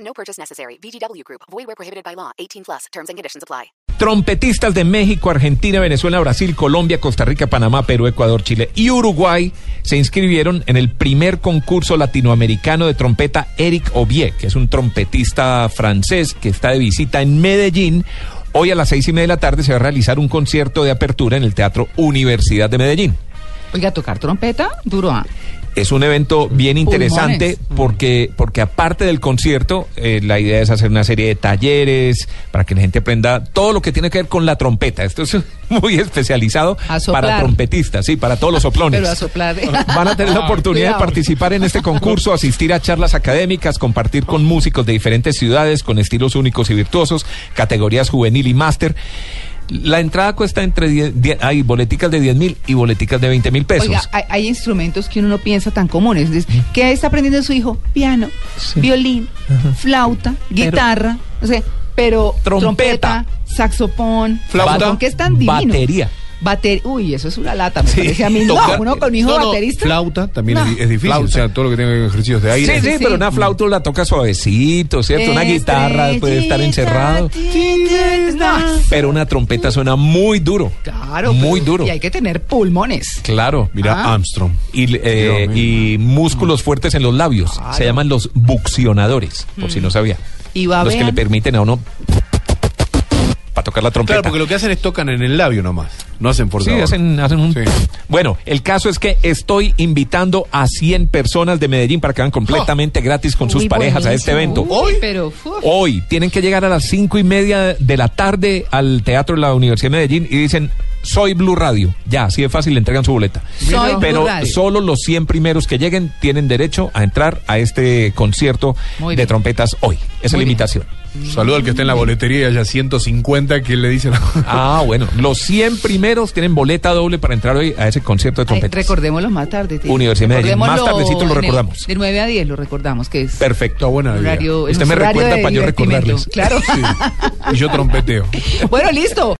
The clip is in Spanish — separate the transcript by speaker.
Speaker 1: No purchase necessary. VGW Group. Void where prohibited by law. 18 plus. Terms and conditions apply.
Speaker 2: Trompetistas de México, Argentina, Venezuela, Brasil, Colombia, Costa Rica, Panamá, Perú, Ecuador, Chile y Uruguay se inscribieron en el primer concurso latinoamericano de trompeta Eric Obie, que es un trompetista francés que está de visita en Medellín. Hoy a las seis y media de la tarde se va a realizar un concierto de apertura en el Teatro Universidad de Medellín.
Speaker 3: Oiga, tocar trompeta, duro. ¿ah?
Speaker 2: Es un evento bien interesante
Speaker 3: Pulmones. Mm.
Speaker 2: porque, porque aparte del concierto, eh, la idea es hacer una serie de talleres para que la gente aprenda todo lo que tiene que ver con la trompeta. Esto es muy especializado
Speaker 3: A soplar.
Speaker 2: para trompetistas, sí, para todos los soplones.
Speaker 3: Pero a soplar. ¿eh?
Speaker 2: Van a tener la oportunidad de
Speaker 3: Cuidado.
Speaker 2: participar en este concurso, asistir a charlas académicas, compartir con músicos de diferentes ciudades con estilos únicos y virtuosos, categorías juvenil y máster. La entrada cuesta entre 10, 10 hay boleticas de 10 mil y boleticas de 20 mil pesos.
Speaker 3: Oiga, hay, hay instrumentos que uno no piensa tan comunes. Es- ¿Qué está aprendiendo su hijo? Piano, violín, flauta, guitarra, o sea, pero
Speaker 2: Trompeta.
Speaker 3: trompeta, saxofón,
Speaker 2: Flauta,
Speaker 3: saxofón, que es tan divino.
Speaker 2: batería.
Speaker 3: Bater uy, eso es una lata, me
Speaker 2: Sí.
Speaker 3: parece a mí. No,
Speaker 2: Tocar-
Speaker 3: uno con hijo
Speaker 4: No, no,
Speaker 3: baterista.
Speaker 4: Flauta también
Speaker 3: No.
Speaker 4: es, di- es difícil. O sea, todo lo que tenga que ver con ejercicios de
Speaker 2: Sí,
Speaker 4: aire.
Speaker 2: Ah. sí,
Speaker 3: sí.
Speaker 2: pero una flauta la toca suavecito, ¿cierto? Una guitarra puede estar encerrado.
Speaker 3: No.
Speaker 2: Pero una trompeta suena muy duro.
Speaker 3: Claro,
Speaker 2: Muy
Speaker 3: pero-
Speaker 2: duro.
Speaker 3: Y hay que tener pulmones.
Speaker 2: Claro.
Speaker 4: Mira,
Speaker 3: Ah.
Speaker 4: Armstrong.
Speaker 2: Y, eh,
Speaker 4: Dios mío.
Speaker 2: y músculos fuertes en los labios. Se llaman los buccionadores, por si no sabía.
Speaker 3: Mm. Y
Speaker 2: los que le
Speaker 3: babean.
Speaker 2: permiten a uno para tocar la trompeta.
Speaker 4: Claro, porque lo que hacen es tocan en el labio nomás. No hacen por
Speaker 2: Sí, hacen, hacen un...
Speaker 4: Sí.
Speaker 2: Bueno, el caso es que estoy invitando a 100 personas de Medellín para que van completamente gratis con sus
Speaker 3: Uy,
Speaker 2: parejas a este
Speaker 3: Oh.
Speaker 2: evento.
Speaker 3: buenísimo. Uy,
Speaker 4: ¿Hoy?
Speaker 3: Pero, uf.
Speaker 2: Hoy tienen que llegar a las cinco y media de la tarde al Teatro de la Universidad de Medellín y dicen, soy Blue Radio. Ya, así de fácil, le entregan su boleta.
Speaker 3: Soy Blue
Speaker 2: Pero
Speaker 3: Radio.
Speaker 2: solo los 100 primeros que lleguen tienen derecho a entrar a este concierto
Speaker 3: Muy
Speaker 2: de
Speaker 3: bien.
Speaker 2: trompetas hoy. Esa es la
Speaker 3: bien.
Speaker 2: invitación.
Speaker 4: Saludo al que esté en la boletería y haya 150 que le dicen.
Speaker 2: Ah, bueno, los 100 primeros tienen boleta doble para entrar hoy a ese concierto de
Speaker 3: Ay,
Speaker 2: trompetas.
Speaker 3: recordémoslo más tarde. tío.
Speaker 2: Universidad de Medellín. Más
Speaker 3: Recordémoslo
Speaker 2: tardecito lo
Speaker 3: en el-
Speaker 2: recordamos.
Speaker 3: De 9 a 10 lo recordamos, que es
Speaker 2: Perfecto.
Speaker 4: Está buena la idea.
Speaker 3: horario. es
Speaker 2: Usted
Speaker 3: un
Speaker 2: me
Speaker 3: horario
Speaker 2: recuerda
Speaker 3: de
Speaker 2: para yo
Speaker 3: divertimento.
Speaker 2: recordarles.
Speaker 3: Claro.
Speaker 4: Sí. Y yo trompeteo.
Speaker 3: bueno, listo.